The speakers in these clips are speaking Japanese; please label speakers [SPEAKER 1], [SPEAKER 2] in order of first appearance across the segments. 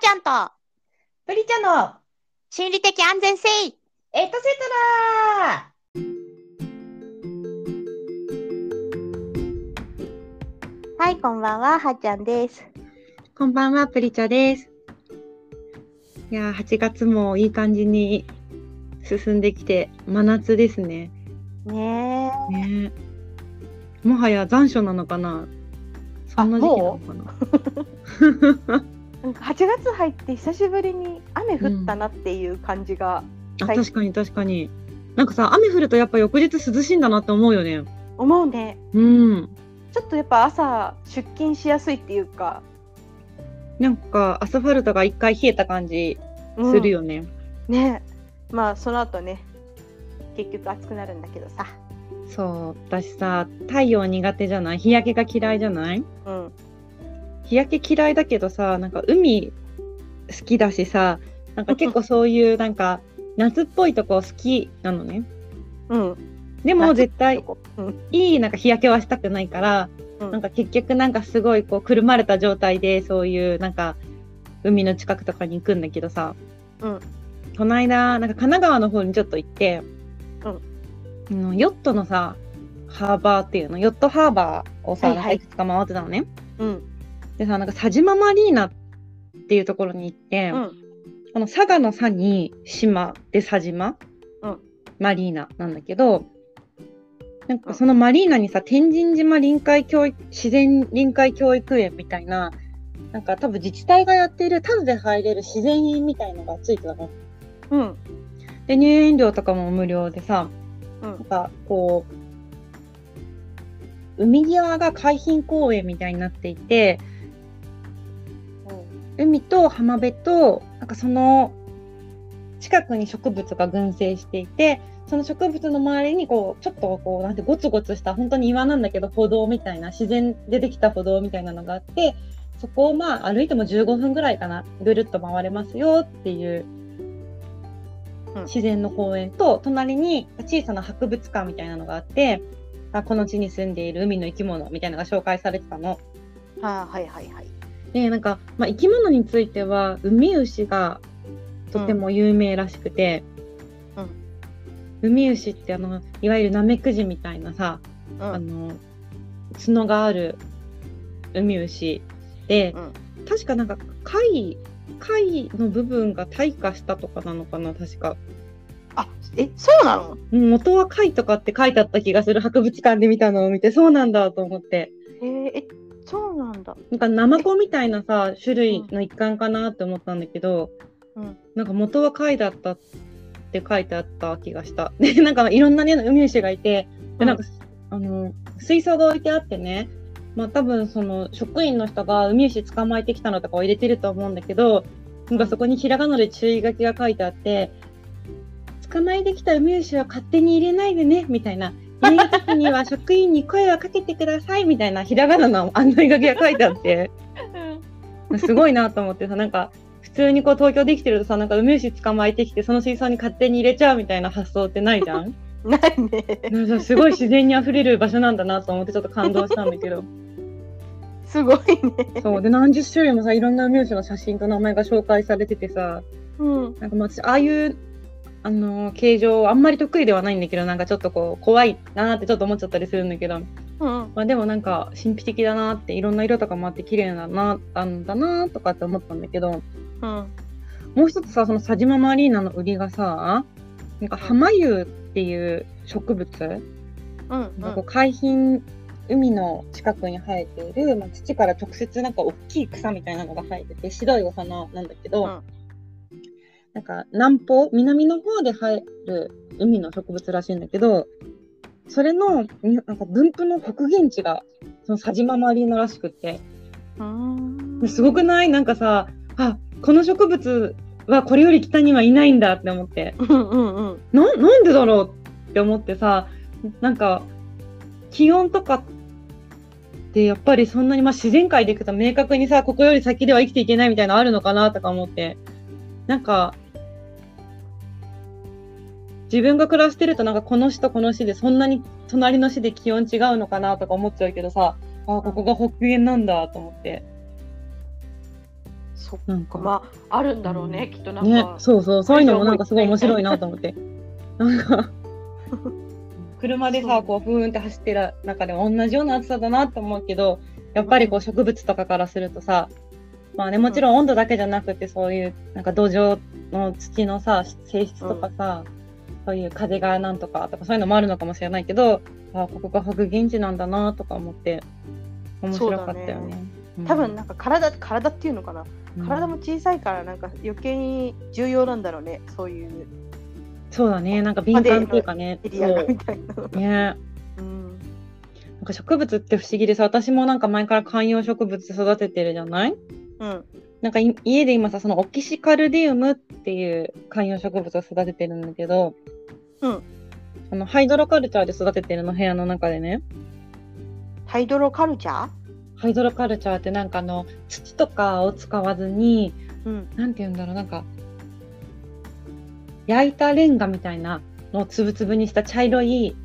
[SPEAKER 1] ちゃんと
[SPEAKER 2] プリチャの
[SPEAKER 1] 心理的安全性
[SPEAKER 2] エトセトラ
[SPEAKER 1] はいこんばんははーちゃんです
[SPEAKER 3] こんばんは、プリチャです。いやー、8月もいい感じに進んできて、真夏ですね。
[SPEAKER 1] ね
[SPEAKER 3] ねもはや残暑なのかなそんな時期なのかな
[SPEAKER 4] なんか8月入って久しぶりに雨降ったなっていう感じが
[SPEAKER 3] あ
[SPEAKER 4] はい
[SPEAKER 3] 確かに確かに。なんかさ、雨降るとやっぱ翌日涼しいんだなって思うよね。
[SPEAKER 4] 思うね、
[SPEAKER 3] うん。
[SPEAKER 4] ちょっとやっぱ朝出勤しやすいっていうか、
[SPEAKER 3] なんかアスファルトが一回冷えた感じ
[SPEAKER 4] うん
[SPEAKER 3] するよね。
[SPEAKER 4] ねまあその後ね結局暑くなるんだけどさ、
[SPEAKER 3] そう、私さ、太陽苦手じゃない日焼けが嫌いじゃない
[SPEAKER 4] うん、
[SPEAKER 3] 日焼け嫌いだけどさなんか海好きだしさなんか結構そ ういうなんか夏っぽいとこ好きなのね
[SPEAKER 4] うん、夏っ
[SPEAKER 3] で
[SPEAKER 4] ぽ
[SPEAKER 3] も
[SPEAKER 4] い
[SPEAKER 3] 絶対
[SPEAKER 4] うん、
[SPEAKER 3] いいなんか日焼けはしたくないから、
[SPEAKER 4] うん
[SPEAKER 3] なんか結局なんかすごいこうくるまれた状態でそういうなんか海の近くとかに行くんだけどさ、
[SPEAKER 4] うん
[SPEAKER 3] この間なんか神奈川の方にちょっと行って、あのヨットのさハーバーっていうのヨットハーバーをさ、
[SPEAKER 4] はいはい
[SPEAKER 3] いくつか回ってたのね
[SPEAKER 4] うん、
[SPEAKER 3] でさ、なんか佐島マリーナっていうところに行って、
[SPEAKER 4] うん
[SPEAKER 3] この佐賀の佐に島で佐島、
[SPEAKER 4] うん
[SPEAKER 3] マリーナなんだけど、なん
[SPEAKER 4] う
[SPEAKER 3] か
[SPEAKER 4] ん
[SPEAKER 3] そのマリーナにさ、天神島臨海教育、自然臨海教育園みたいな、なんか多分自治体がやってる、タダで入れる自然園みたいのがついてたの。
[SPEAKER 4] うん、
[SPEAKER 3] で、入園料とかも無料でさ、
[SPEAKER 4] うん
[SPEAKER 3] なんかこう、海際が海浜公園みたいになっていて、海と浜辺となんかその近くに植物が群生していてその植物の周りにこうちょっとこうなんてゴツゴツした本当に岩なんだけど歩道みたいな自然でできた歩道みたいなのがあってそこをまあ歩いても15分ぐらいかなぐるっと回れますよっていう
[SPEAKER 4] うん
[SPEAKER 3] 自然の公園と隣に小さな博物館みたいなのがあってあこの地に住んでいる海の生き物みたいなのが紹介されてたの。
[SPEAKER 4] あーはいはいはい、
[SPEAKER 3] でなんか、まあ、生き物についてはウミウシがとても有名らしくて、
[SPEAKER 4] うん
[SPEAKER 3] ウミウシってあのいわゆるナメクジみたいなさ、
[SPEAKER 4] う
[SPEAKER 3] あ
[SPEAKER 4] ん、
[SPEAKER 3] の角があるウミウシで、確かなんか貝貝の部分が退化したとかなのかな確か
[SPEAKER 4] あえそうなの
[SPEAKER 3] うん元は貝とかって書いてあった気がする博物館で見たのを見てそうなんだと思って
[SPEAKER 4] へーえそうなんだ
[SPEAKER 3] なんかナマコみたいなさ種類の一環かなって思ったんだけど、
[SPEAKER 4] うん
[SPEAKER 3] なんか元は貝だったって書いてあった気がした。でなんかいろんなねウミウシがいてでなんか、あの水槽が置いてあってねまあ多分その職員の人がウミウシ捕まえてきたのとかを入れてると思うんだけどなんかそこにひらがなで注意書きが書いてあって捕まえてきたウミウシは勝手に入れないでねみたいな入れた時には職員に声をかけてくださいみたいなひらがなの案内書きが書いてあってすごいなと思ってさなんか普通にこう東京できてるとさなんかウミウシ捕まえてきてその水槽に勝手に入れちゃうみたいな発想ってないじゃん
[SPEAKER 4] ないね
[SPEAKER 3] なんかすごい自然にあふれる場所なんだなと思ってちょっと感動したんだけど
[SPEAKER 4] すごいね
[SPEAKER 3] そうで何十種類もさいろんなウミウシの写真と名前が紹介されててさ
[SPEAKER 4] うん
[SPEAKER 3] なんかまあ私ああいうあのー形状あんまり得意ではないんだけどなんかちょっとこう怖いなーってちょっと思っちゃったりするんだけど
[SPEAKER 4] うん
[SPEAKER 3] まあ、でもなんか神秘的だなっていろんな色とかもあって綺麗だなあんだなとかって思ったんだけど
[SPEAKER 4] うん
[SPEAKER 3] もう一つさその佐島マリーナの売りがさなんか浜湯っていう植物、
[SPEAKER 4] うん
[SPEAKER 3] なんかこう海浜海の近くに生えている、まあ、土から直接なんか大きい草みたいなのが生えてて白いお花なんだけど、
[SPEAKER 4] うん
[SPEAKER 3] なんか南方南の方で生える海の植物らしいんだけどそれのになんか分布の北限地がその佐島マリーナらしくって
[SPEAKER 4] うん
[SPEAKER 3] すごくないなんかさあこの植物はこれより北にはいないんだって思って
[SPEAKER 4] うんうんうん
[SPEAKER 3] ななんでだろうって思ってさなんか気温とかってやっぱりそんなに、まあ、自然界でいくと明確にさここより先では生きていけないみたいなのあるのかなとか思ってなんか自分が暮らしてるとなんかこの市とこの市でそんなに隣の市で気温違うのかなとか思っちゃうけどさあここが北限なんだと思って
[SPEAKER 4] そっ
[SPEAKER 3] なんか、
[SPEAKER 4] まああるんだろうね、きっとなん
[SPEAKER 3] ね
[SPEAKER 4] か、
[SPEAKER 3] そうそうそういうのもなんかすごい面白いなと思って なんか 車で
[SPEAKER 4] そ
[SPEAKER 3] さ
[SPEAKER 4] う
[SPEAKER 3] こうふーんって走ってる中でも同じような暑さだなと思うけどやっぱりこう植物とかからするとさまあねもちろん温度だけじゃなくてそういうなんか土壌の土のさ性質とかさ、そういう風がなんとかとかそういうのもあるのかもしれないけどあここが北限地なんだなとか思って面白かったよ
[SPEAKER 4] そうだ
[SPEAKER 3] ね。
[SPEAKER 4] 多分なんか体体っていうのかな、
[SPEAKER 3] うん
[SPEAKER 4] 体も小さいからなんか余計に重要なんだろうねそういう
[SPEAKER 3] そうだねなんか敏感っていうかね
[SPEAKER 4] エリア
[SPEAKER 3] そ
[SPEAKER 4] が
[SPEAKER 3] う
[SPEAKER 4] みたいな。
[SPEAKER 3] ね
[SPEAKER 4] うん
[SPEAKER 3] なんか植物って不思議でさ私もなんか前から観葉植物育ててるじゃない
[SPEAKER 4] うん
[SPEAKER 3] なんかい家で今さそのオキシカルディウムっていう観葉植物を育ててるんだけど、
[SPEAKER 4] うん、
[SPEAKER 3] あのハイドロカルチャーで育ててるの部屋の中でね
[SPEAKER 4] ハイドロカルチャー、
[SPEAKER 3] ハイドロカルチャーってなんかあの土とかを使わずに
[SPEAKER 4] うん、
[SPEAKER 3] なんて言うんだろうなんか焼いたレンガみたいなのをつぶつぶにした茶色い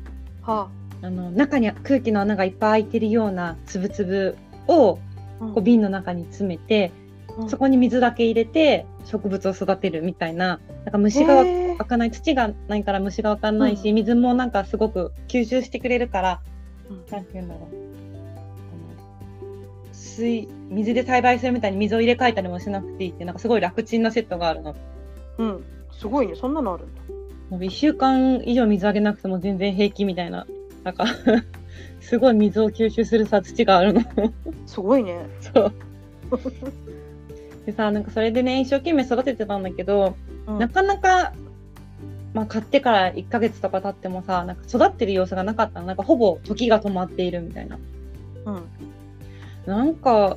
[SPEAKER 4] は
[SPEAKER 3] あの中に空気の穴がいっぱい開いてるようなつぶつぶを
[SPEAKER 4] あ、うん
[SPEAKER 3] こう瓶の中に詰めて、
[SPEAKER 4] うん
[SPEAKER 3] そこに水だけ入れて植物を育てるみたいななんか虫が湧
[SPEAKER 4] へー
[SPEAKER 3] かない土がないから虫が湧かないし、
[SPEAKER 4] うん
[SPEAKER 3] 水もなんかすごく吸収してくれるから
[SPEAKER 4] うん
[SPEAKER 3] なんて言うんだろうあの水水で栽培するみたいに水を入れ替えたりもしなくていいってなんかすごい楽ちんなセットがあるの。
[SPEAKER 4] うん、すごいねそんなのあるんだ
[SPEAKER 3] もう1週間以上水あげなくても全然平気みたいななんか すごい水を吸収するさ土があるの。
[SPEAKER 4] すごいね
[SPEAKER 3] そうでさなんかそれでね一生懸命育ててたんだけど、
[SPEAKER 4] うん
[SPEAKER 3] なかなか、まあ、買ってから1ヶ月とか経ってもさなんか育ってる様子がなかったのなんかほぼ時が止まっているみたいな
[SPEAKER 4] うん
[SPEAKER 3] なんか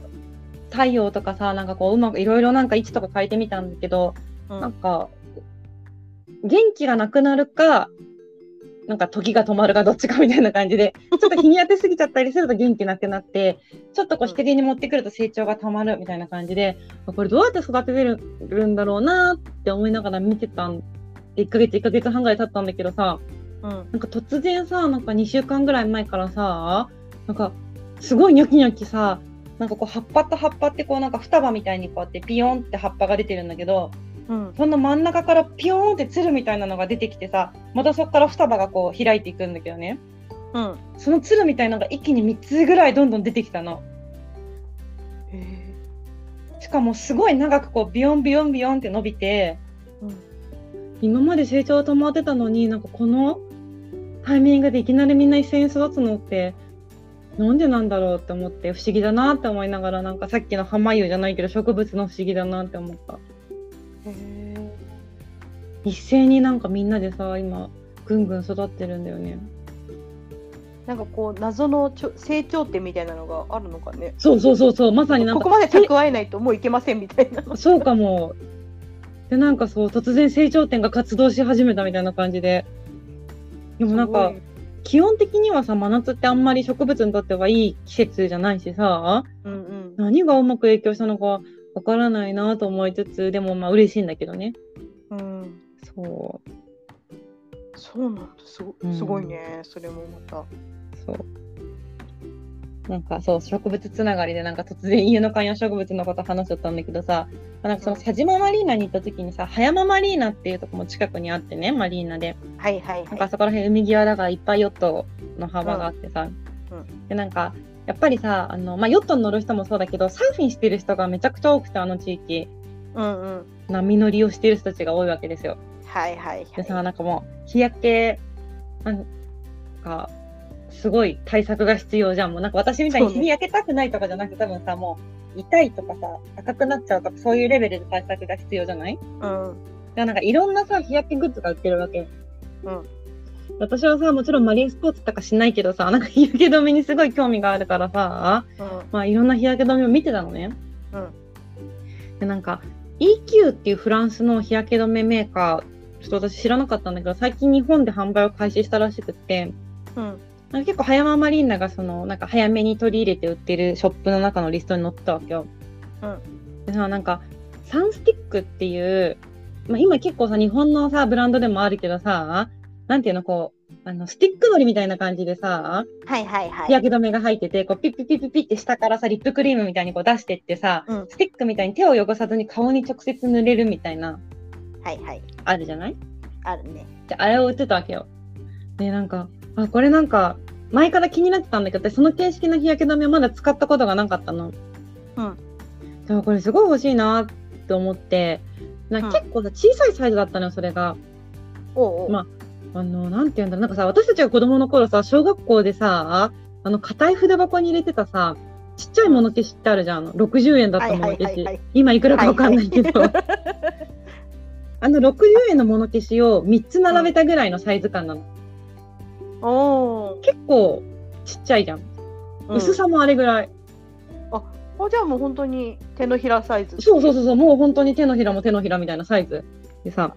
[SPEAKER 3] 太陽とかさなんかこううまくいろいろなんか位置とか変えてみたんだけど、
[SPEAKER 4] うん
[SPEAKER 3] なんか元気がなくなるかなんか時が止まるかどっちかみたいな感じでちょっと日に当てすぎちゃったりすると元気なくなってちょっとこう日陰に持ってくると成長がたまるみたいな感じであこれどうやって育ててるるんだろうなって思いながら見てたん1ヶ月1ヶ月半ぐらい経ったんだけどさ
[SPEAKER 4] うん
[SPEAKER 3] なんか突然さなんか2週間ぐらい前からさなんかすごいニョキニョキさなんかこう葉っぱと葉っぱってこうなんか双葉みたいにこうやってピヨンって葉っぱが出てるんだけど
[SPEAKER 4] うん
[SPEAKER 3] その真ん中からピヨーンってつるみたいなのが出てきてさまたそこから双葉がこう開いていくんだけどね
[SPEAKER 4] うん
[SPEAKER 3] そのつるみたいなのが一気に3つぐらいどんどん出てきたの
[SPEAKER 4] え
[SPEAKER 3] しかもすごい長くこうビヨンビヨンビヨンって伸びて
[SPEAKER 4] うん
[SPEAKER 3] 今まで成長止まってたのになんかこのタイミングでいきなりみんな一斉に育つのってなんでなんだろうって思って不思議だなって思いながらなんかさっきの浜湯じゃないけど植物の不思議だなって思った
[SPEAKER 4] ー
[SPEAKER 3] 一斉になんかみんなでさ今ぐんぐん育ってるんだよね
[SPEAKER 4] なんかこう謎のちょ成長点みたいなのがあるのかね
[SPEAKER 3] そうそうそうそうまさになん
[SPEAKER 4] こ
[SPEAKER 3] か
[SPEAKER 4] こまで蓄えないともういけませんみたいな
[SPEAKER 3] そうかもでなんかそう突然成長点が活動し始めたみたいな感じででもなんか
[SPEAKER 4] す
[SPEAKER 3] 基本的にはさ真夏ってあんまり植物にとってはいい季節じゃないしさ
[SPEAKER 4] ごいうん
[SPEAKER 3] 何がうまく影響したのかわからないなと思いつつでもまあ嬉しいんだけどね
[SPEAKER 4] うんうん
[SPEAKER 3] そう
[SPEAKER 4] そうなんだすご
[SPEAKER 3] うん
[SPEAKER 4] すごいねそれもまた
[SPEAKER 3] そうなんかそう植物つながりでなんか突然家の観葉植物のこと話しちゃったんだけどさなんかその佐島マリーナに行った時にさ葉山マリーナっていうとこも近くにあってねマリーナで
[SPEAKER 4] はいはいは
[SPEAKER 3] なん
[SPEAKER 4] い
[SPEAKER 3] かあそこら辺海際だからいっぱいヨットの幅があってさ、
[SPEAKER 4] うんう
[SPEAKER 3] でなんかやっぱりさあの、まあ、ヨットに乗る人もそうだけどサーフィンしてる人がめちゃくちゃ多くてあの地域
[SPEAKER 4] うんうん
[SPEAKER 3] 波乗りをしてる人たちが多いわけですよ。
[SPEAKER 4] はいはい
[SPEAKER 3] で
[SPEAKER 4] は
[SPEAKER 3] さなんかもう日焼けなんかすごい対策が必要じゃんもうなんか私みたいに
[SPEAKER 4] そう
[SPEAKER 3] 日
[SPEAKER 4] ね
[SPEAKER 3] に焼けたくないとかじゃなくて多分さもう痛いとかさ赤くなっちゃうとかそういうレベルで対策が必要じゃない
[SPEAKER 4] いうん
[SPEAKER 3] だからなんかいろんなさ日焼けグッズが売ってるわけ。
[SPEAKER 4] うん
[SPEAKER 3] 私はさもちろんマリンスポーツとかしないけどさなんか日焼け止めにすごい興味があるからさ、
[SPEAKER 4] うん
[SPEAKER 3] まあ、いろんな日焼け止めを見てたのね。
[SPEAKER 4] うん
[SPEAKER 3] でなんか EQ っていうフランスの日焼け止めメーカーちょっと私知らなかったんだけど最近日本で販売を開始したらしくって
[SPEAKER 4] うん
[SPEAKER 3] なんか結構葉山マリンナがそのなんか早めに取り入れて売ってるショップの中のリストに載ってたわけよ。でさなんかサンスティックっていう、まあ、今結構さ日本のさブランドでもあるけどさなんていうのこうあのスティックのりみたいな感じでさ
[SPEAKER 1] はいはいはい。
[SPEAKER 3] 日焼け止めが入っててこうピッピッピッピッピッって下からさリップクリームみたいにこう出してってさ、
[SPEAKER 1] うん
[SPEAKER 3] スティックみたいに手を汚さずに顔に直接塗れるみたいな
[SPEAKER 1] はいはい。
[SPEAKER 3] あるじゃない
[SPEAKER 1] あるね。
[SPEAKER 3] であれを売ってたわけよ。でなんかあこれなんか前から気になってたんだけど私その形式の日焼け止めをまだ使ったことがなかったの。
[SPEAKER 1] うん。
[SPEAKER 3] でもこれすごい欲しいなって思ってなんか
[SPEAKER 1] うん
[SPEAKER 3] 結構さ小さいサイズだったのよそれが。
[SPEAKER 1] おうおう。
[SPEAKER 3] まあのなんて言うんだろうなんかさ私たちが子供の頃さ小学校でさあの硬い筆箱に入れてたさちっちゃいもの消しってあるじゃんあの60円だったもの
[SPEAKER 1] はい
[SPEAKER 3] 消
[SPEAKER 1] はいはいはい
[SPEAKER 3] し今いくらかわかんないけど、
[SPEAKER 1] は
[SPEAKER 3] あの60円のもの消しを3つ並べたぐらいのサイズ感なの
[SPEAKER 4] お
[SPEAKER 3] 結構ちっちゃいじゃん、
[SPEAKER 4] お。
[SPEAKER 3] 薄さもあれぐらい
[SPEAKER 4] うん。あじゃあもう本当に手のひらサイズ。
[SPEAKER 3] そうそうそうそうもう本当に手のひらも手のひらみたいなサイズでさ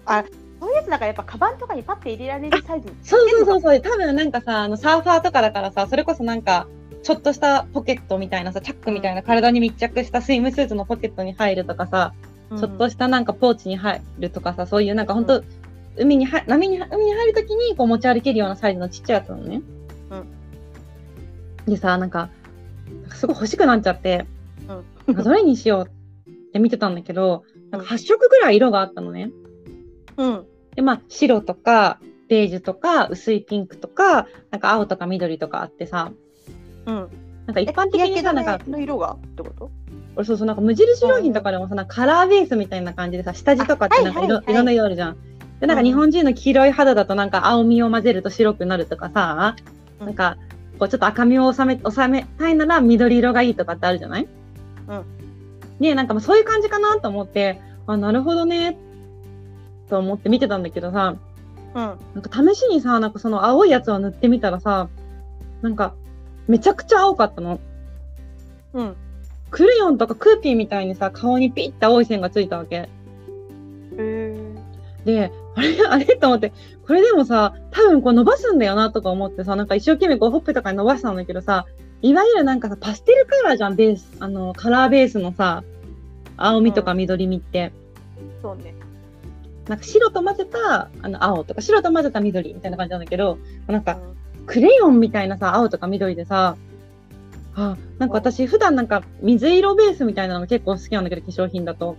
[SPEAKER 4] そういうやつだからやっぱカバンとかにパッて入れられるサイズ。
[SPEAKER 3] そうそうそうそう多分なんかさあのサーファーとかだからさそれこそなんかちょっとしたポケットみたいなさチャックみたいな体に密着したスイムスーツのポケットに入るとかさ、ちょっとしたなんかポーチに入るとかさそういうなんか本当、
[SPEAKER 4] う
[SPEAKER 3] 海には波に海に入るときにこう持ち歩けるようなサイズのちっちゃいやつなのね。
[SPEAKER 4] うん
[SPEAKER 3] でさなんかすごい欲しくなっちゃって、
[SPEAKER 4] うん
[SPEAKER 3] あどれにしようって見てたんだけどなんか
[SPEAKER 4] うん
[SPEAKER 3] 8色ぐらい色があったのね。
[SPEAKER 4] うん。
[SPEAKER 3] でまあ白とかベージュとか薄いピンクとかなんか青とか緑とかあってさ
[SPEAKER 4] うん。
[SPEAKER 3] なんか一
[SPEAKER 4] え
[SPEAKER 3] 般的にさな
[SPEAKER 4] 日
[SPEAKER 3] んか
[SPEAKER 4] 焼け止めの色がってこと？
[SPEAKER 3] 俺そうそうなんか無印良品とかでもさなんかカラーベースみたいな感じでさ下地とかってなんか
[SPEAKER 4] あはい
[SPEAKER 3] 色,、
[SPEAKER 4] はいはい
[SPEAKER 3] 色の色あるじゃん。でなんか
[SPEAKER 4] うん
[SPEAKER 3] 日本人の黄色い肌だとなんか青みを混ぜると白くなるとかさ、
[SPEAKER 4] うん
[SPEAKER 3] なんかこうちょっと赤みを収め収めたいなら緑色がいいとかってあるじゃない、
[SPEAKER 4] うん、
[SPEAKER 3] でなんかまあそういう感じかなと思ってあなるほどねと思って見てたんだけどさ、
[SPEAKER 4] うん。
[SPEAKER 3] なんか試しにさ、なんかその青いやつを塗ってみたらさ、なんかめちゃくちゃ青かったの。
[SPEAKER 4] うん。
[SPEAKER 3] クレヨンとかクーピーみたいにさ、顔にピッて青い線がついたわけ。
[SPEAKER 4] へ
[SPEAKER 3] で、あれあれと思って、これでもさ、多分こう伸ばすんだよなとか思ってさ、なんか一生懸命こうほっぺとかに伸ばしたんだけどさ、いわゆるなんかさ、パステルカラーじゃん、ベース、あの、カラーベースのさ、青みとか緑みって。
[SPEAKER 4] え。そうね。
[SPEAKER 3] なんか白と混ぜたあの青とか、白と混ぜた緑みたいな感じなんだけど、なんか
[SPEAKER 4] うん
[SPEAKER 3] クレヨンみたいなさ青とか緑でさあなんか私普段なんか水色ベースみたいなのが結構好きなんだけど化粧品だと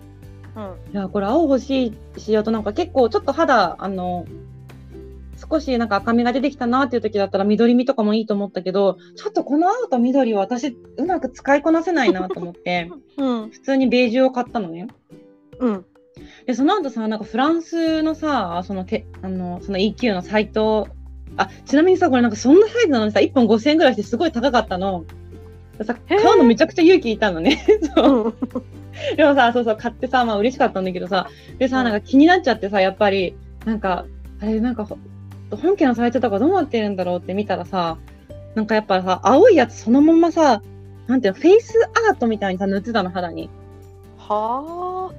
[SPEAKER 4] うん。
[SPEAKER 3] いやこれ青欲しいしあとなんか結構ちょっと肌あの少しなんか赤みが出てきたなっていう時だったら緑みとかもいいと思ったけどちょっとこの青と緑を私うまく使いこなせないなと思って
[SPEAKER 4] うん。
[SPEAKER 3] 普通にベージュを買ったのね
[SPEAKER 4] うん。
[SPEAKER 3] でその後さなんかフランスのさそのてあのその EQ のサイトあちなみにさこれなんかそんなサイズなのにさ1本5000円ぐらいしてすごい高かったのさ
[SPEAKER 4] へ
[SPEAKER 3] 買
[SPEAKER 4] ー
[SPEAKER 3] うのめちゃくちゃ勇気いたのね
[SPEAKER 4] うん。
[SPEAKER 3] でもさそうそう買ってさまあ嬉しかったんだけどさでさなんか気になっちゃってさやっぱりなんかあれなんかほ本家のサイトとかどうなってるんだろうって見たらさなんかやっぱさ青いやつそのままさなんていうのフェイスアートみたいにさ塗ってたの肌に
[SPEAKER 4] は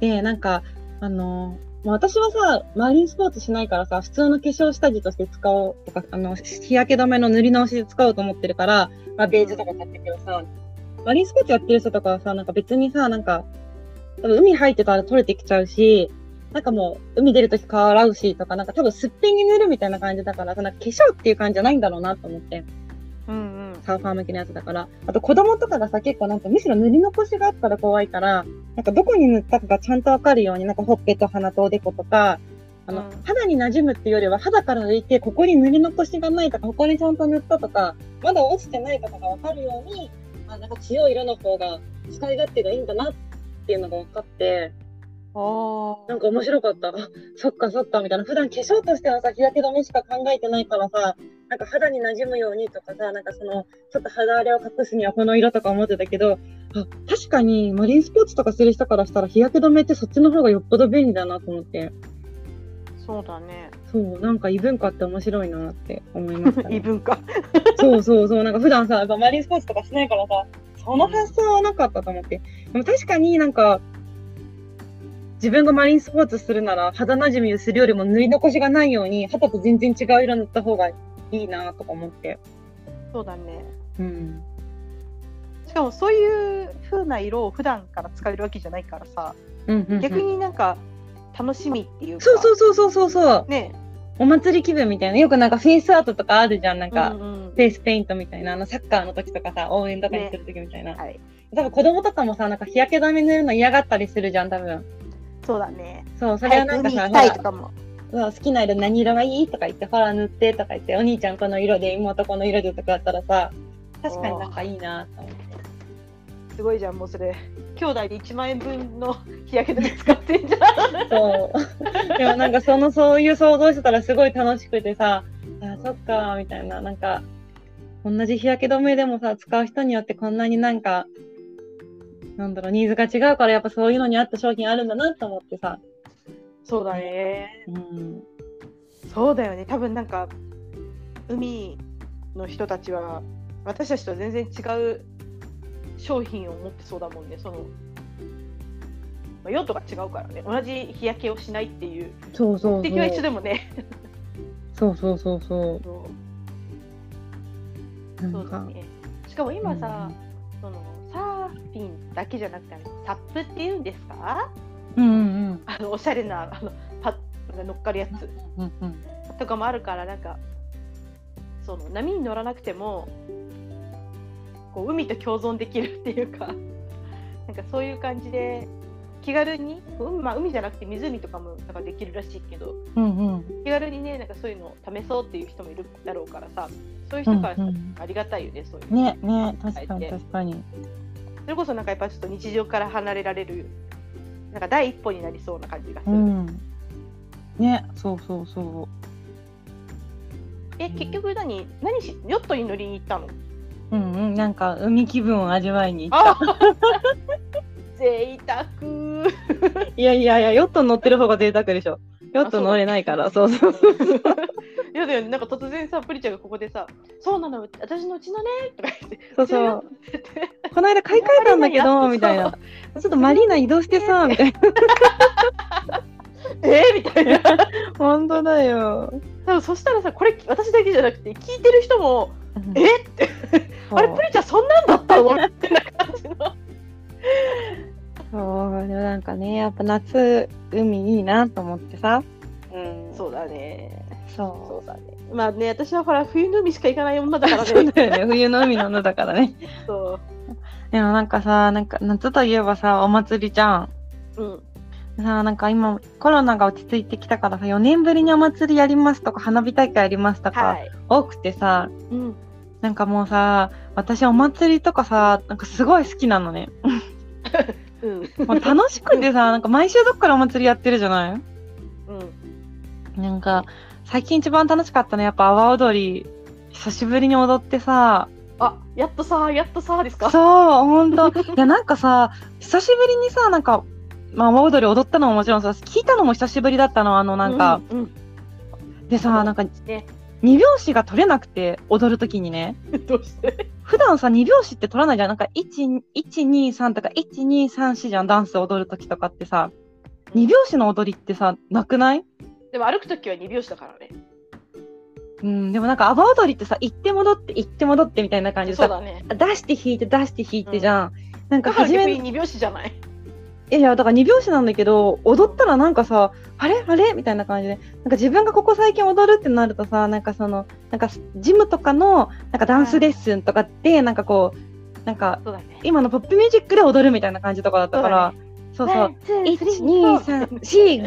[SPEAKER 3] でなんかあのまあ私はさマリンスポーツしないからさ普通の化粧下地として使おうとかあの日焼け止めの塗り直しで使おうと思ってるから、まあ、ベージュとか買ったけどさ、マリンスポーツやってる人とかはさなんか別にさなんか多分海入ってたら取れてきちゃうしなんかもう海出るとき顔洗うしとかなんか多分すっぴんに塗るみたいな感じだからさなんか化粧っていう感じじゃないんだろうなと思って
[SPEAKER 4] あ。うんうん。
[SPEAKER 3] サーファー向けのやつだからあと子供とかがさ結構なんかむしろ塗り残しがあったら怖いからなんかどこに塗ったかがちゃんとわかるようになんかほっぺと鼻とおでことかあの、
[SPEAKER 4] うん
[SPEAKER 3] 肌に馴染むっていうよりは肌から抜いてここに塗り残しがないとかここにちゃんと塗ったとかまだ落ちてないとかがわかるようにあなんか強い色の方が使い勝手がいいんだなっていうのが分かって
[SPEAKER 4] ああ
[SPEAKER 3] なん。か面白かったあそっかそっかみたいな普段化粧としてはさ日焼け止めしか考えてないからさなんか肌に馴染むようにとかさなんかそのちょっと肌荒れを隠すにはこの色とか思ってたけどあ確かにマリンスポーツとかする人からしたら日焼け止めってそっちの方がよっぽど便利だなと思って
[SPEAKER 4] そうだね。
[SPEAKER 3] そうなんか異文化って面白いなって思いました、
[SPEAKER 4] 異
[SPEAKER 3] ね、
[SPEAKER 4] 文化。
[SPEAKER 3] そうそうそうなんか普段さやっぱマリンスポーツとかしないからさその発想はなかったと思ってでも確かになんか自分がマリンスポーツするなら肌なじみをするよりも塗り残しがないように肌と全然違う色塗った方がいいなとか思って
[SPEAKER 4] そうだね。
[SPEAKER 3] うん
[SPEAKER 4] しかもそういう風な色を普段から使えるわけじゃないからさ、
[SPEAKER 3] うんうんうん
[SPEAKER 4] 逆になんか楽しみっていうか、
[SPEAKER 3] そうそうそうそうそうそう
[SPEAKER 4] ね
[SPEAKER 3] お祭り気分みたいなよくなんかフェイスアートとかあるじゃんなんか、
[SPEAKER 4] うんうん
[SPEAKER 3] フェイスペイントみたいなあのサッカーの時とかさ応援とかにする時みたいな、
[SPEAKER 1] はい。
[SPEAKER 3] 多分子供とかもさなんか日焼け止め塗るの嫌がったりするじゃん多分
[SPEAKER 4] そうだね。
[SPEAKER 3] そうそれ
[SPEAKER 1] 早
[SPEAKER 3] はな
[SPEAKER 1] く
[SPEAKER 3] んか
[SPEAKER 1] 海
[SPEAKER 3] さ
[SPEAKER 1] 行きたいとかも。
[SPEAKER 3] ほらうわ好きな色何色がいいとか言ってほら塗ってとか言ってお兄ちゃんこの色で妹この色でとかだったらさ確かになんかいいなと思って
[SPEAKER 4] すごいじゃん、もうそれ。兄弟で1万円分の日焼け止め使ってんじゃん。
[SPEAKER 3] そ うでもなんかそのそういう想像してたらすごい楽しくてさあそっかみたいななんか同じ日焼け止めでもさ使う人によってこんなになんかなんだろうニーズが違うからやっぱそういうのに合った商品あるんだなと思ってさ、
[SPEAKER 4] そうだね。
[SPEAKER 3] うん、
[SPEAKER 4] そうだよね。多分なんか、海の人たちは、私たちと全然違う商品を持ってそうだもんね。その、まあ用途が違うからね。同じ日焼けをしないっていう。
[SPEAKER 3] そうそう
[SPEAKER 4] 目的は一緒でもね。
[SPEAKER 3] そうそうそうそ
[SPEAKER 4] そう
[SPEAKER 3] うな
[SPEAKER 4] そ
[SPEAKER 3] ん
[SPEAKER 4] うだ
[SPEAKER 3] か
[SPEAKER 4] ね。しかも今さ、そのサーフィンだけじゃなくて、あのサップっていうんですか
[SPEAKER 3] うんうんうん
[SPEAKER 4] あのおしゃれなあのパッが乗っかるやつ
[SPEAKER 3] うんうん
[SPEAKER 4] とかもあるから、なんか、その波に乗らなくても、こう海と共存できるっていうか、 なんかそういう感じで、気軽に、うんまあ、海じゃなくて湖とかもなんかできるらしいけど、
[SPEAKER 3] うんうん
[SPEAKER 4] 気軽にね、なんかそういうのを試そうっていう人もいるだろうからさ、そういう人からした
[SPEAKER 3] う
[SPEAKER 4] ら
[SPEAKER 3] んうん
[SPEAKER 4] ありがたいよね、そういう。
[SPEAKER 3] ねね確かに確かに
[SPEAKER 4] それこそなんかやっぱちょっと日常から離れられるなんか第一歩になりそうな感じがす
[SPEAKER 3] う
[SPEAKER 4] る、
[SPEAKER 3] んねそうそうそ
[SPEAKER 4] え結局何何しヨットに乗りに行ったの
[SPEAKER 3] ううんうんなんか海気分を味わいに行っ
[SPEAKER 4] あ 贅 沢
[SPEAKER 3] いやいやいや、ヨットに乗ってる方が贅沢でしょ。ヨット乗れないから、そうそうそう。
[SPEAKER 4] いやだよねなんか突然さプリちゃんがここでさ「そうなの私のうちのね」とか言って
[SPEAKER 3] そう
[SPEAKER 4] ちの
[SPEAKER 3] そ
[SPEAKER 4] ヨッ
[SPEAKER 3] う
[SPEAKER 4] トって言って
[SPEAKER 3] この間買い替えたんだけ
[SPEAKER 4] そ
[SPEAKER 3] ど、
[SPEAKER 4] う
[SPEAKER 3] みたいな。ちょっとマリーナ移動してさ、みたいな。
[SPEAKER 4] えー、み たいな
[SPEAKER 3] 本当だよ。
[SPEAKER 4] 多分そしたらさこれ私だけじゃなくて聞いてる人も「 えっ?」て「あれプリちゃんそんなんだったの?」みたいな感じの
[SPEAKER 3] そう、でもなんかね、やっぱ夏、海いいなと思ってさ。
[SPEAKER 4] うんそうだね
[SPEAKER 3] そ
[SPEAKER 4] そうだねまあね私はほら冬の海しか行かない女だ
[SPEAKER 3] う。
[SPEAKER 4] から
[SPEAKER 3] そう
[SPEAKER 4] ね
[SPEAKER 3] だよね、冬の海の女だからね。
[SPEAKER 4] そ
[SPEAKER 3] でもなんかさ、なんか夏といえばさ、お祭りじゃん。
[SPEAKER 4] う、うん、
[SPEAKER 3] さあなんか今コロナが落ち着いてきたからさ4年ぶりにお祭りやりますとか花火大会やりますとか、
[SPEAKER 4] はい、
[SPEAKER 3] 多くてさ
[SPEAKER 4] うん、
[SPEAKER 3] なんかもうさ私お祭りとかさなんかすごい好きなのね
[SPEAKER 4] うん、
[SPEAKER 3] もう楽しくて さなんか毎週どっからお祭りやってるじゃない
[SPEAKER 4] うん、
[SPEAKER 3] なんか最近一番楽しかったのはやっぱ阿波踊り久しぶりに踊ってさ
[SPEAKER 4] あ、やっとさ、やっとさです
[SPEAKER 3] そ
[SPEAKER 4] か。
[SPEAKER 3] うほんといやなんかさ久しぶりにさなんかまあ阿波踊り踊ったのももちろんさ聞いたのも久しぶりだったのあのなんか、、
[SPEAKER 4] うん、
[SPEAKER 3] でさなんか
[SPEAKER 4] ね、
[SPEAKER 3] 二拍子が取れなくて踊る時にね
[SPEAKER 4] どうして。
[SPEAKER 3] 普段さ2拍子って取らないじゃんなんか123とか1234じゃんダンス踊る時とかってさ2拍子の踊りってさなくない
[SPEAKER 4] でも歩くときは二拍子だからね。
[SPEAKER 3] うんでもなんか阿波踊りってさ行って戻って行って戻ってみたいな感じで
[SPEAKER 4] そう
[SPEAKER 3] さ
[SPEAKER 4] だね。
[SPEAKER 3] 出して引いて出して引いてじゃん、なんか
[SPEAKER 4] だから
[SPEAKER 3] 初
[SPEAKER 4] 逆
[SPEAKER 3] めい
[SPEAKER 4] に二拍子じゃない。
[SPEAKER 3] やいやだから2拍子なんだけど踊ったらなんかさあれあれみたいな感じでなんか自分がここ最近踊るってなるとさなんかそのなんかジムとかのなんかダンスレッスンとかってなんかこうなんか
[SPEAKER 4] そうだね。
[SPEAKER 3] 今のポップミュージックで踊るみたいな感じとかだったから、そうそう。
[SPEAKER 4] そう
[SPEAKER 3] 1、2、3、4、5、6、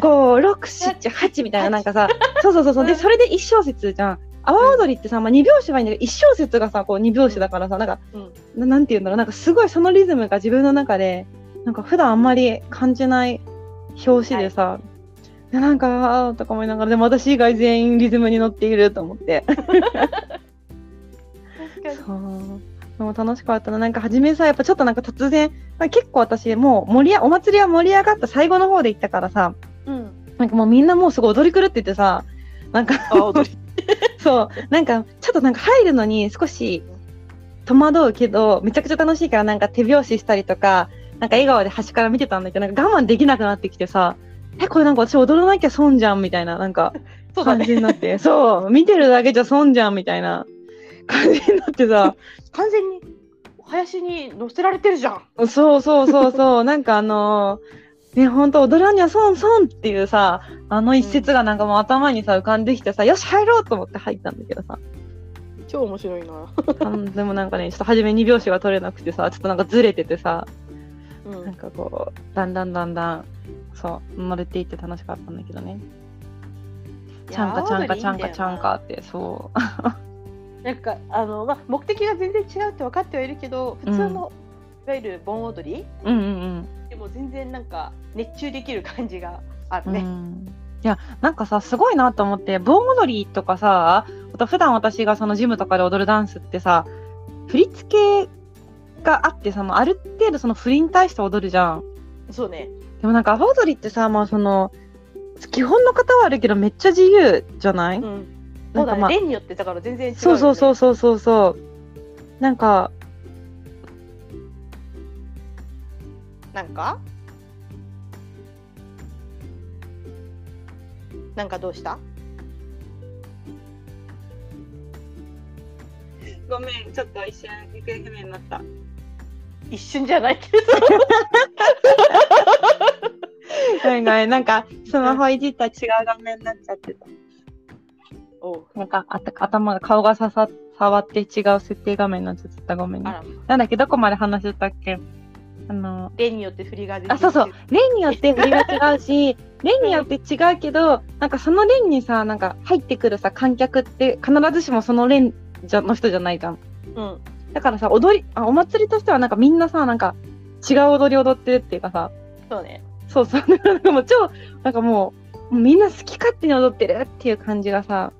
[SPEAKER 3] 7、8みたいな、なんかさ、そうそうそうそう、で、それで1小節じゃん。阿波踊りってさ、まあ、2拍子はいいんだけど、1小節がさ、こう2拍子だからさ、なんか、
[SPEAKER 4] うん
[SPEAKER 3] ななんていうんだろう、なんかすごいそのリズムが自分の中で、なんか普段あんまり感じない表紙でさ、でなんか、あーとか思いながら、でも私以外全員リズムに乗っていると思って。 そう。でも楽しかったな。なんか初めさ、やっぱちょっとなんか突然、なんか結構私もう盛りあお祭りは盛り上がった最後の方で行ったからさ、
[SPEAKER 4] うん。
[SPEAKER 3] なんかもうみんなもうすごい踊り狂っててさ、なんか
[SPEAKER 4] あ、踊り。
[SPEAKER 3] そう、なんかちょっとなんか入るのに少し戸惑うけど、めちゃくちゃ楽しいからなんか手拍子したりとか、なんか笑顔で端から見てたんだけど、なんか我慢できなくなってきてさ、え、これなんか私踊らなきゃ損じゃんみたいな、なんか
[SPEAKER 4] そうだ
[SPEAKER 3] 感
[SPEAKER 4] ね。
[SPEAKER 3] じになって、そう、見てるだけじゃ損じゃんみたいな感じになってさ、
[SPEAKER 4] 完全に。林に乗せられてるじゃん。
[SPEAKER 3] そうそうそうそうなんかあのーね、本当踊らんにゃ損損っていうさ、あの一節がなんかもう頭にさ、浮かんできてさ、よし、入ろうと思って入ったんだけどさ、
[SPEAKER 4] 超面白いな。
[SPEAKER 3] あのでもなんかね、ちょっと初め2拍子が取れなくてさ、ちょっとなんかずれててさ、
[SPEAKER 4] う
[SPEAKER 3] な
[SPEAKER 4] ん、
[SPEAKER 3] んかこう、だんだんだんだん、そう、生まれていって楽しかったんだけどね。ちゃんかちゃんかちゃんかちゃんかって、そう。
[SPEAKER 4] なんかあの、まあ、目的が全然違うって分かってはいるけど普通の、いわゆる盆踊り
[SPEAKER 3] うん うん
[SPEAKER 4] でも全然なんか熱中できる感じがあ
[SPEAKER 3] う
[SPEAKER 4] る
[SPEAKER 3] ん。
[SPEAKER 4] ね。
[SPEAKER 3] うんいやなんかさすごいなと思って盆踊りとかさあと普段私がそのジムとかで踊るダンスってさ振り付けがあってそのある程度その振りに対して踊るじゃん
[SPEAKER 4] そうね
[SPEAKER 3] でもなんかアバ踊りってさまあその基本の方はあるけどめっちゃ自由じゃない、
[SPEAKER 4] うん、そ
[SPEAKER 3] な
[SPEAKER 4] うんだ
[SPEAKER 3] か
[SPEAKER 4] ね、
[SPEAKER 3] まあ
[SPEAKER 4] 例によってだから全然違う、ね、
[SPEAKER 3] そうそうそうそうそうそうなんか
[SPEAKER 4] なんかなんかどうした
[SPEAKER 3] ごめんちょっと一瞬行方不明になった
[SPEAKER 4] 一瞬じゃないけど
[SPEAKER 3] ごめんごめんなんかスマホいじったら違う画面になっちゃってた
[SPEAKER 4] おう
[SPEAKER 3] なんかあた頭が顔がささ触って違う設定画面になっちゃったごめん
[SPEAKER 4] あ
[SPEAKER 3] ね
[SPEAKER 4] ら
[SPEAKER 3] なんだっけどこまで話してたっけあの
[SPEAKER 4] 例によって振りが出て
[SPEAKER 3] あそうそう例によって振りが違う し例によって違うけどなんかその例にさなんか入ってくるさ観客って必ずしもその例じゃの人じゃないじゃん
[SPEAKER 4] うん
[SPEAKER 3] だからさ踊りあお祭りとしてはなんかみんなさなんか違う踊り踊ってるっていうかさ
[SPEAKER 4] そうね
[SPEAKER 3] そうそう なんかもう超なんかもうもうみんな好き勝手に踊ってるっていう感じがさ、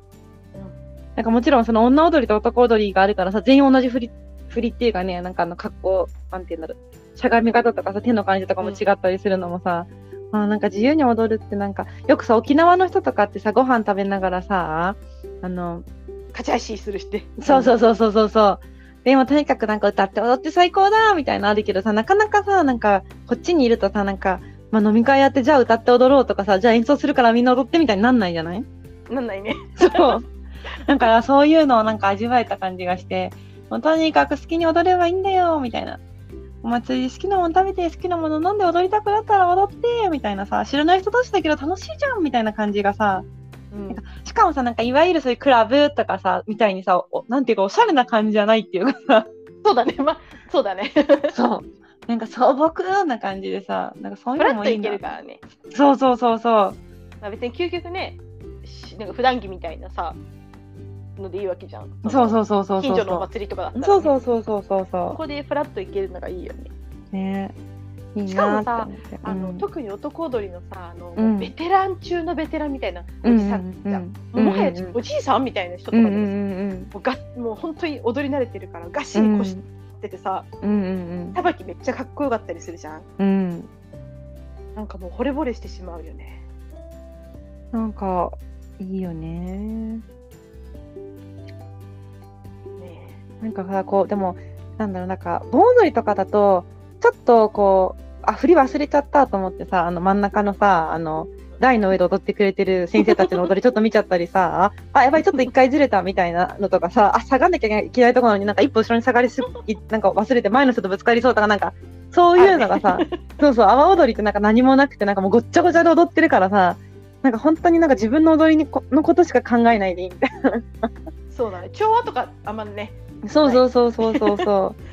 [SPEAKER 3] なんかもちろんその女踊りと男踊りがあるからさ全員同じ振り振りっていうかねなんかあの格好なんていうんだろうしゃがみ方とかさ手の感じとかも違ったりするのもさ、あーなんか自由に踊るってなんかよくさ沖縄の人とかってさご飯食べながらさあの
[SPEAKER 4] 勝ち足するして
[SPEAKER 3] そうそうそうそうそうそう。でもとにかくなんか歌って踊って最高だみたいなのあるけどさ、なかなかさ、なんかこっちにいるとさ、なんか、まあ、飲み会やってじゃあ歌って踊ろうとかさ、じゃあ演奏するからみんな踊ってみたいになんないじゃない
[SPEAKER 4] なんないね
[SPEAKER 3] そう。だからそういうのをなんか味わえた感じがして、もうとにかく好きに踊ればいいんだよみたいな。お祭りで好きなもの食べて好きなもの飲んで踊りたくなったら踊ってみたいなさ知らない人同士だけど楽しいじゃんみたいな感じがさ
[SPEAKER 4] うん
[SPEAKER 3] しかもさ、なんかいわゆるそういうクラブとかさ、みたいにさ、おなんていうかおしゃれな感じじゃないっていうかさ、
[SPEAKER 4] そうだねまあそうだね
[SPEAKER 3] そう。なんか素朴な感じでさ、なんかそう
[SPEAKER 4] フ
[SPEAKER 3] いう
[SPEAKER 4] ラッ
[SPEAKER 3] のも
[SPEAKER 4] と
[SPEAKER 3] いい
[SPEAKER 4] い
[SPEAKER 3] な
[SPEAKER 4] けるからね
[SPEAKER 3] そうそうそうそう。
[SPEAKER 4] まあ、別に究極ねしなんか普段着みたいなさのでいいわけじゃん
[SPEAKER 3] そうそううそうそうそう。
[SPEAKER 4] 近所のお祭りとかだったら、ね、
[SPEAKER 3] そうそうそうそうそ
[SPEAKER 4] こ
[SPEAKER 3] うそ
[SPEAKER 4] こでフラッと行けるのがいいよね
[SPEAKER 3] う。ねいい
[SPEAKER 4] しかも
[SPEAKER 3] なって
[SPEAKER 4] さ
[SPEAKER 3] 思って。
[SPEAKER 4] あの、
[SPEAKER 3] うん
[SPEAKER 4] 特に男踊りのさあの、もう
[SPEAKER 3] うん
[SPEAKER 4] ベテラン中のベテランみたいなお
[SPEAKER 3] うん
[SPEAKER 4] じ
[SPEAKER 3] うん
[SPEAKER 4] さんじゃん、
[SPEAKER 3] うん
[SPEAKER 4] もはや
[SPEAKER 3] うんうん
[SPEAKER 4] おじいさんみたいな人と
[SPEAKER 3] う
[SPEAKER 4] かでも
[SPEAKER 3] んう
[SPEAKER 4] さ、
[SPEAKER 3] んうん
[SPEAKER 4] もうがもう本当に踊り慣れてるからがっし
[SPEAKER 3] う
[SPEAKER 4] り
[SPEAKER 3] ん。
[SPEAKER 4] こしててさ
[SPEAKER 3] うんうん
[SPEAKER 4] さばきめっちゃかっこよかったりするじゃん
[SPEAKER 3] うん。うん。
[SPEAKER 4] なんかもう惚れ惚れしてしまうよね
[SPEAKER 3] なんか、いいよね。
[SPEAKER 4] ね
[SPEAKER 3] なんかさこうでもなんだろうなんか盆踊りとかだとちょっとこうあ振り忘れちゃったと思ってさあの真ん中のさあの台の上で踊ってくれてる先生たちの踊りちょっと見ちゃったりさあやばいちょっと一回ずれたみたいなのとかさあ下がんなきゃいけないところになんか一歩後ろに下がりすぎなんか忘れて前の人とぶつかりそうとかなんかそういうのがさそうそう阿波踊りってなんか何もなくてなんかもうごっちゃごちゃで踊ってるからさなんか本当になんか自分の踊りにこのことしか考えないでいいみたいな
[SPEAKER 4] そうだね調和とかあんまね
[SPEAKER 3] そうそうそうそうそうそう。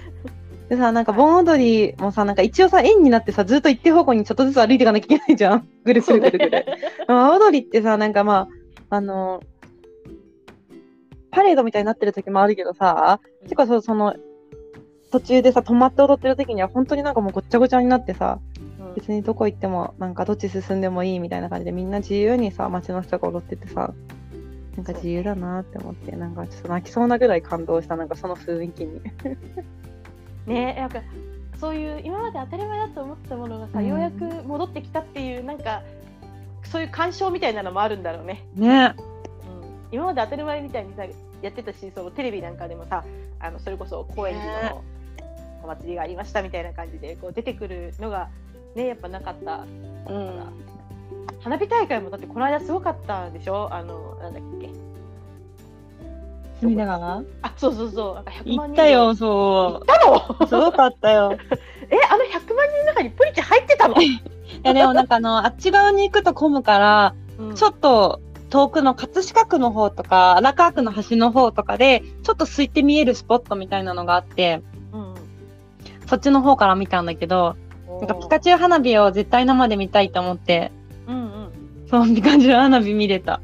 [SPEAKER 3] でさなんか盆踊りもさなんか一応さ円になってさずっと一定方向にちょっとずつ歩いていかなきゃいけないじ ゃんぐるぐ
[SPEAKER 4] そう
[SPEAKER 3] る
[SPEAKER 4] ね
[SPEAKER 3] ぐるぐる。阿波踊りってさなんかまああのパレードみたいになってる時もあるけどさ結構そうその途中でさ止まって踊ってる時には本当になんかもうごっちゃごちゃになってさ
[SPEAKER 4] うん
[SPEAKER 3] 別にどこ行ってもなんかどっち進んでもいいみたいな感じでみんな自由にさ街の人が踊っててさなんか自由だなって思ってなんかちょっと泣きそうなぐらい感動したなんかその雰囲気に。
[SPEAKER 4] ねなんかそういう今まで当たり前だと思ってたものがさ、
[SPEAKER 3] うん
[SPEAKER 4] ようやく戻ってきたっていうなんかそういう感傷みたいなのもあるんだろうね、
[SPEAKER 3] ね
[SPEAKER 4] うん、今まで当たり前みたいにさやってたしそのテレビなんかでもさあのそれこそ公園にのお祭りがありましたみたいな感じでこう出てくるのがねやっぱなかったから、花火大会もだってこの間すごかったでしょあのなんだっけ
[SPEAKER 3] 隅田川
[SPEAKER 4] あそうそうそうなんか100万人
[SPEAKER 3] 行った
[SPEAKER 4] 行
[SPEAKER 3] よ
[SPEAKER 4] っ
[SPEAKER 3] そ
[SPEAKER 4] たの
[SPEAKER 3] うすごかったよ
[SPEAKER 4] えあの100万人の中にプリちゃん入ってたの
[SPEAKER 3] やでもなんかあのあっち側に行くと混むから、
[SPEAKER 4] うん
[SPEAKER 3] ちょっと遠くの葛飾区の方とか荒川区の端の方とかでちょっと空いて見えるスポットみたいなのがあって
[SPEAKER 4] うん
[SPEAKER 3] そっちの方から見たんだけどなんかピカ
[SPEAKER 4] チ
[SPEAKER 3] チュウ花火を絶対生で見たいと思って
[SPEAKER 4] ュウ。うんうん。
[SPEAKER 3] そうピカチュウ花火見れた。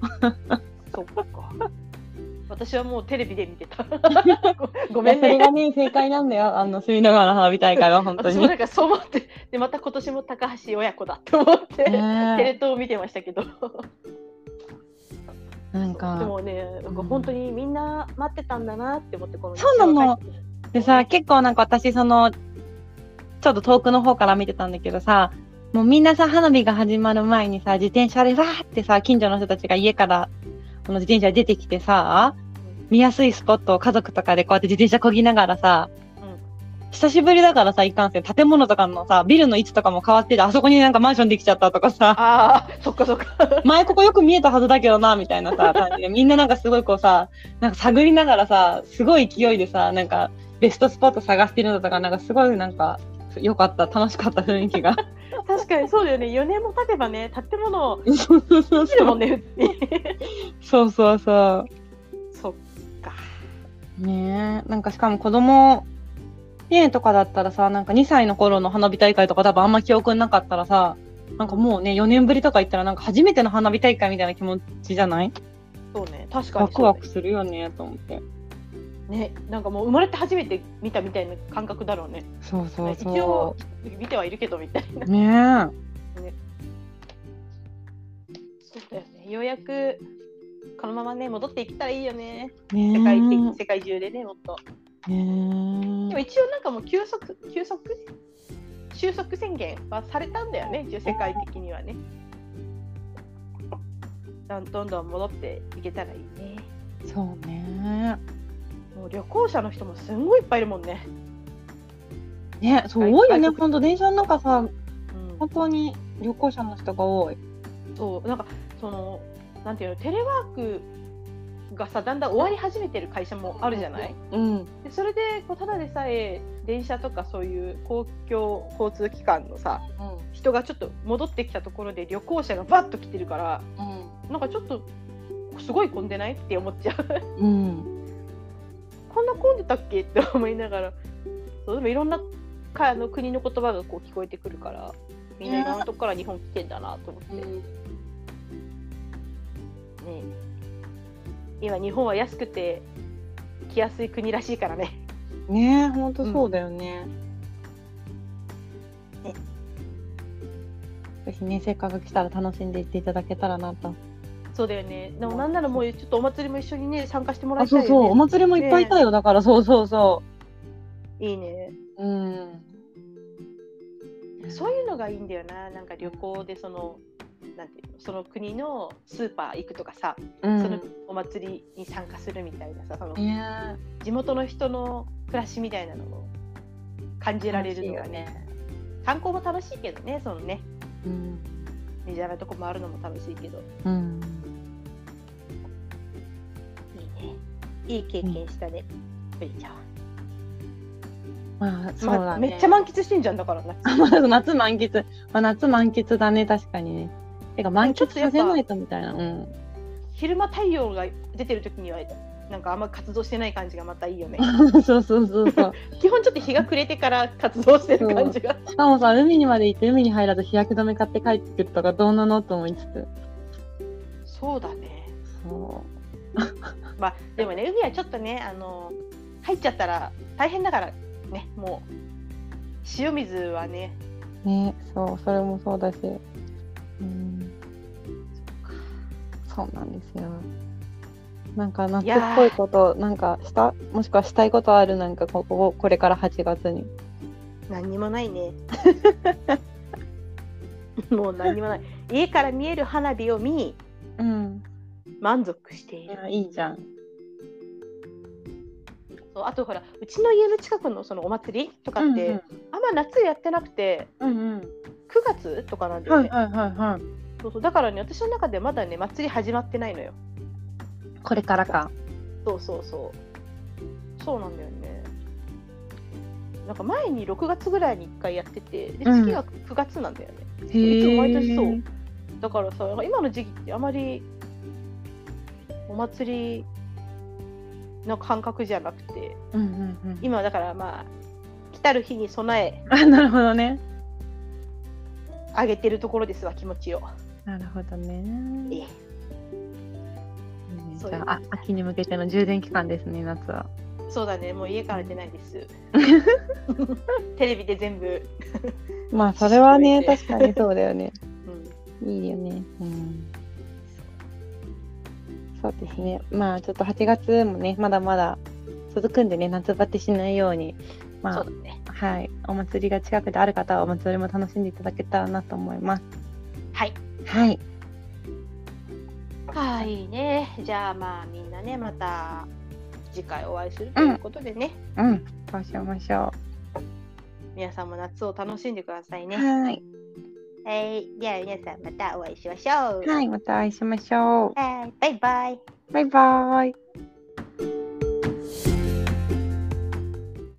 [SPEAKER 4] そっか。私はもうテレビで見てた。 ごごめん
[SPEAKER 3] いやそ
[SPEAKER 4] ね。
[SPEAKER 3] れがね正解なんだよあの隅田川の花火大会は本当
[SPEAKER 4] 私
[SPEAKER 3] に。
[SPEAKER 4] も
[SPEAKER 3] ね
[SPEAKER 4] なんかそう思って、でまた今年も高橋親子だって思って、テレ
[SPEAKER 3] え
[SPEAKER 4] 東を見てましたけど。
[SPEAKER 3] なんか
[SPEAKER 4] でもね、なんか本当にみんな待ってたんだなって思ってこの。
[SPEAKER 3] そうなの。でさ結構なんか私そのちょっと遠くの方から見てたんだけどさもうみんなさ花火が始まる前にさ自転車でわーってさ近所の人たちが家からこの自転車で出てきてさ見やすいスポットを家族とかでこうやって自転車こぎながらさ、久しぶりだからさいかんせん建物とかのさビルの位置とかも変わっててあそこになんかマンションできちゃったとかさ
[SPEAKER 4] ああ、そっかそっか。
[SPEAKER 3] 前ここよく見えたはずだけどなみたいな さ感じでみんななんかすごいこうさなんか探りながらさすごい勢いでさなんかベストスポット探してるのとかなんかすごいなんか良かった楽しかった雰囲気が
[SPEAKER 4] 確かにそうだよね。4年も経てばね、建物
[SPEAKER 3] そうそうそう
[SPEAKER 4] 見る
[SPEAKER 3] そ
[SPEAKER 4] もん
[SPEAKER 3] う
[SPEAKER 4] ね。
[SPEAKER 3] そうそうそ
[SPEAKER 4] そっか。
[SPEAKER 3] うねえなんかしかも子供ねとかだったらさなんか2歳の頃の花火大会とか多分あんま記憶なかったらさなんかもうね4年ぶりとか行ったらなんか初めての花火大会みたいな気持ちじゃない
[SPEAKER 4] そうね。確かに
[SPEAKER 3] ワ
[SPEAKER 4] そ
[SPEAKER 3] ク
[SPEAKER 4] うだ
[SPEAKER 3] ワ
[SPEAKER 4] ね
[SPEAKER 3] クするよねと思って
[SPEAKER 4] ね、なんかもう生まれて初めて見たみたいな感覚だろうね。
[SPEAKER 3] そうそうそう
[SPEAKER 4] 一応見てはいるけどみたいな。
[SPEAKER 3] ねえ
[SPEAKER 4] そうだよね。ようやくこのままね戻っていけたらいいよね。
[SPEAKER 3] ねえ
[SPEAKER 4] 世界的世界中でねもっと。でも
[SPEAKER 3] ねえ
[SPEAKER 4] 一応なんかもう休息休息収束宣言はされたんだよね。一応世界的にはね。どんどんどん戻っていけたらいいね。
[SPEAKER 3] そうね
[SPEAKER 4] もう旅行者の人もすんごいいっぱいいるもんね。
[SPEAKER 3] ねそう
[SPEAKER 4] はい
[SPEAKER 3] 多いよね
[SPEAKER 4] 外国
[SPEAKER 3] 本当電車の中さ
[SPEAKER 4] うん
[SPEAKER 3] 本当に旅行者の人が多い
[SPEAKER 4] そうなんかそのなんていうのテレワークがさだんだん終わり始めてる会社もあるじゃない
[SPEAKER 3] うん
[SPEAKER 4] でそれでこうただでさえ電車とかそういう公共交通機関のさ人がちょっと戻ってきたところで旅行者がバッと来てるからなんかちょっとすごい混んでないって思っちゃう
[SPEAKER 3] うんうん
[SPEAKER 4] こんな混んでたっけって思いながらそうでもいろんなかあの国の言葉がこう聞こえてくるからみんないろんなとこから日本来てんだなと思って。ね今日本は安くて来やすい国らしいからね
[SPEAKER 3] ねえ本当そうだよね
[SPEAKER 1] ね
[SPEAKER 3] ぜひねせっかく来たら楽しんでいっていただけたらなと
[SPEAKER 4] そうだよねでもなんならもうちょっとお祭りも一緒にね参加してもら
[SPEAKER 3] あ
[SPEAKER 4] いた
[SPEAKER 3] そう
[SPEAKER 4] い
[SPEAKER 3] そう
[SPEAKER 4] よ
[SPEAKER 3] お
[SPEAKER 4] ね
[SPEAKER 3] 祭りもいっぱいいたよだからそうそうそ
[SPEAKER 4] いいね
[SPEAKER 3] ううん
[SPEAKER 4] そういうのがいいんだよななんか旅行でそのなんていうのその国のスーパー行くとかさ、
[SPEAKER 3] う
[SPEAKER 4] その
[SPEAKER 3] ん
[SPEAKER 4] お祭りに参加するみたいなさその
[SPEAKER 3] ね
[SPEAKER 4] 地元の人の暮らしみたいなのを感じられるのがね観光も楽しいけどねそのね
[SPEAKER 3] うん
[SPEAKER 4] メジャーなとこもあるのも楽しいけど
[SPEAKER 3] うん
[SPEAKER 4] いいねいい経験したね、プリちゃんは
[SPEAKER 3] まあそう
[SPEAKER 4] ま
[SPEAKER 3] だね
[SPEAKER 4] めっちゃ満喫してんじゃんだからな。
[SPEAKER 3] まあ、 夏満喫、まあ、夏満喫だね確かにねてか満喫させないとみたいなうん
[SPEAKER 4] 昼間太陽が出てる時にはなんかあんま活動してない感じがまたいい よね。
[SPEAKER 3] そうそうそう そう
[SPEAKER 4] 基本ちょっと日が暮れてから活動してる感じが。
[SPEAKER 3] しかもさ海にまで行って海に入らず日焼け止め買って帰ってくるとかどうなのと思いつつ
[SPEAKER 4] そうだね。
[SPEAKER 3] そ
[SPEAKER 4] まあでもね海はちょっとねあの入っちゃったら大変だからねもう塩水はね
[SPEAKER 3] うねそうそれもそうだしうんそうなんですよなんか夏っぽいことなんかしたもしくはしたいことあるなんかこここれから8月に
[SPEAKER 4] 何にもないね。 もう何にもない。家から見える花火を見
[SPEAKER 3] うん
[SPEAKER 4] 満足してい
[SPEAKER 3] い
[SPEAKER 4] る。
[SPEAKER 3] やいいじゃん
[SPEAKER 4] そうあとほらうちの家の近くのそのお祭りとかって、あんま夏やってなくて
[SPEAKER 3] うんうん
[SPEAKER 4] 9月とかなんだよ
[SPEAKER 3] は
[SPEAKER 4] ね、
[SPEAKER 3] いはいはいはい
[SPEAKER 4] そうそうだからね私の中でまだね祭り始まってないのよ
[SPEAKER 3] これからか
[SPEAKER 4] そうそうそうそうなんだよねなんか前に6月ぐらいに1回やっててで
[SPEAKER 3] うん
[SPEAKER 4] 次が9月なんだよね、
[SPEAKER 3] へ
[SPEAKER 4] いつも
[SPEAKER 3] え。
[SPEAKER 4] 毎年そうだからさ今の時期ってあまりお祭りの感覚じゃなくて
[SPEAKER 3] うんうんうん。
[SPEAKER 4] 今だからまあ来たる日に備え
[SPEAKER 3] あ、なるほどね。
[SPEAKER 4] 上げてるところですわ気持ちを
[SPEAKER 3] なるほど
[SPEAKER 4] え
[SPEAKER 3] ね。
[SPEAKER 4] え
[SPEAKER 3] じ
[SPEAKER 4] そういう
[SPEAKER 3] ゃああ秋に向けての充電期間ですね、夏は。
[SPEAKER 4] そうだねもう家から出ないです テレビで全部、
[SPEAKER 3] まあ
[SPEAKER 4] それはね
[SPEAKER 3] 確かにそうだよね。
[SPEAKER 4] うん、
[SPEAKER 3] いいよね。うん。そうですね。まあちょっと8月もね、まだまだ続くんでね、夏バテしないように、ま
[SPEAKER 4] そう
[SPEAKER 3] あ
[SPEAKER 4] だ、ね
[SPEAKER 3] はい、お祭りが近くである方はお祭りも楽しんでいただけたらなと思います。
[SPEAKER 4] はい。
[SPEAKER 3] はい。
[SPEAKER 4] はいいねじゃあまあみんなねまた次回お会いするということでね、
[SPEAKER 3] うん。そうしましょ。
[SPEAKER 4] 皆さんも夏を楽しんでくださいうね、
[SPEAKER 3] はい。
[SPEAKER 2] はい。じゃあ皆さんまたお会いしましょう。
[SPEAKER 3] はい。またお会いしましょ
[SPEAKER 2] はい。バイバイ。
[SPEAKER 3] う。バイバーイ。